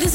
this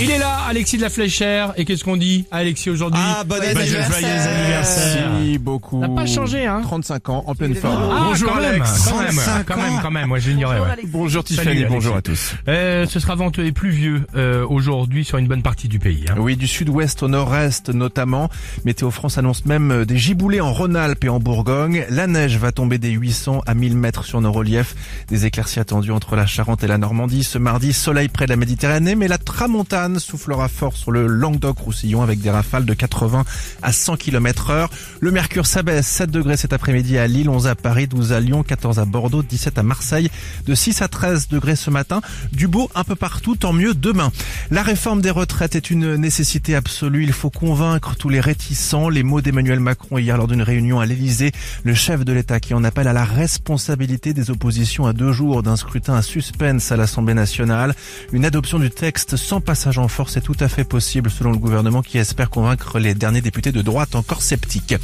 Il est là, Alexis de la Fléchère. Et qu'est-ce qu'on dit à Alexis aujourd'hui Ah, bon Bah, je- anniversaire. joyeux anniversaire. Merci beaucoup. N'a pas changé, hein 35 ans, en pleine forme. Ah, Bonjour quand Alex. même, quand même, 35 quand même, quand même, moi je l'ignorais. ouais. Bonjour Tiffany, Alexis. bonjour à tous. Euh, ce sera venteux et pluvieux euh, aujourd'hui sur une bonne partie du pays. hein. Oui, du sud-ouest au nord-est notamment. Météo France annonce même euh, des giboulées en Rhône-Alpes et en Bourgogne. La neige va tomber des 800 à 1000 mètres sur nos reliefs. Des éclaircies attendues entre la Charente et la Normandie. Ce mardi, soleil près de la Méditerranée, mais la tramontane soufflera fort sur le Languedoc-Roussillon avec des rafales de 80 à 100 km heure. Le mercure s'abaisse 7 degrés cet après-midi à Lille, 11 à Paris, 12 à Lyon, 14 à Bordeaux, 17 à Marseille, de 6 à 13 degrés ce matin. Du beau un peu partout, tant mieux demain. La réforme des retraites est une nécessité absolue. Il faut convaincre tous les réticents. Les mots d'Emmanuel Macron hier lors d'une réunion à l'Elysée, le chef de l'État qui en appelle à la responsabilité des oppositions à deux jours d'un scrutin à suspense à l'Assemblée nationale. Une adoption du texte sans passage en force est tout à fait possible selon le gouvernement qui espère convaincre les derniers députés de droite encore sceptiques.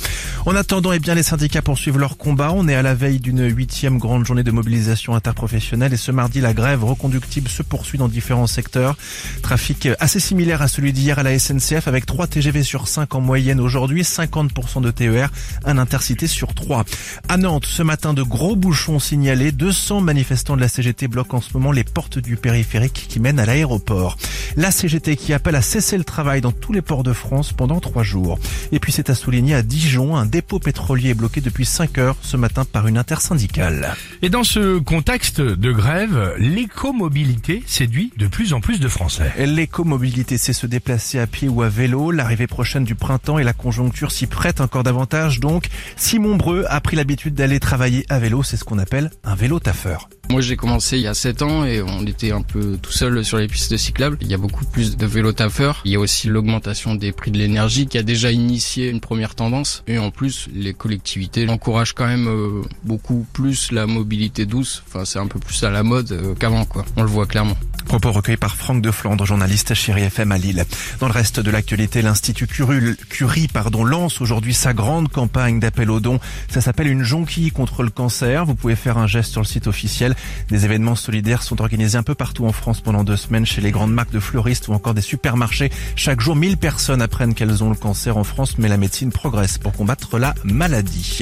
En attendant, eh bien, les syndicats poursuivent leur combat. On est à la veille d'une huitième grande journée de mobilisation interprofessionnelle et ce mardi, la grève reconductible se poursuit dans différents secteurs. Trafic assez similaire à celui d'hier à la SNCF avec 3 TGV sur 5 en moyenne aujourd'hui, 50% de TER, un intercité sur 3. À Nantes, ce matin, de gros bouchons signalés. 200 manifestants de la CGT bloquent en ce moment les portes du périphérique qui mènent à l'aéroport. La CGT qui appelle à cesser le travail dans tous les ports de France pendant 3 jours. Et puis c'est à souligner à Dijon, un dépôt pétrolier est bloqué depuis 5 heures ce matin par une intersyndicale. Et dans ce contexte de grève, l'écomobilité séduit de plus en plus de Français. L'écomobilité, c'est se déplacer à pied ou à vélo. L'arrivée prochaine du printemps et la conjoncture s'y prête encore davantage. Donc, Simon Breu a pris l'habitude d'aller travailler à vélo. C'est ce qu'on appelle un vélo taffeur. Moi, j'ai commencé il y a 7 ans et on était un peu tout seul sur les pistes de cyclables. Il y a beaucoup plus de vélos taffeurs. Il y a aussi l'augmentation des prix de l'énergie qui a déjà initié une première tendance. Et en plus, les collectivités encouragent quand même euh, beaucoup plus la mobilité douce. Enfin, c'est un peu plus à la mode euh, qu'avant, quoi. On le voit clairement. Propos recueillis par Franck de Flandre, journaliste chez FM à Lille. Dans le reste de l'actualité, l'Institut Curul- Curie pardon, lance aujourd'hui sa grande campagne d'appel aux dons. Ça s'appelle une jonquille contre le cancer. Vous pouvez faire un geste sur le site officiel. Des événements solidaires sont organisés un peu partout en France pendant deux semaines chez les grandes marques de fleuristes ou encore des supermarchés. Chaque jour, 1000 personnes apprennent qu'elles ont le cancer en France, mais la médecine progresse pour combattre la maladie.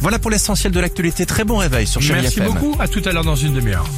Voilà pour l'essentiel de l'actualité. Très bon réveil sur Chérie Merci FM. beaucoup, à tout à l'heure dans une demi-heure.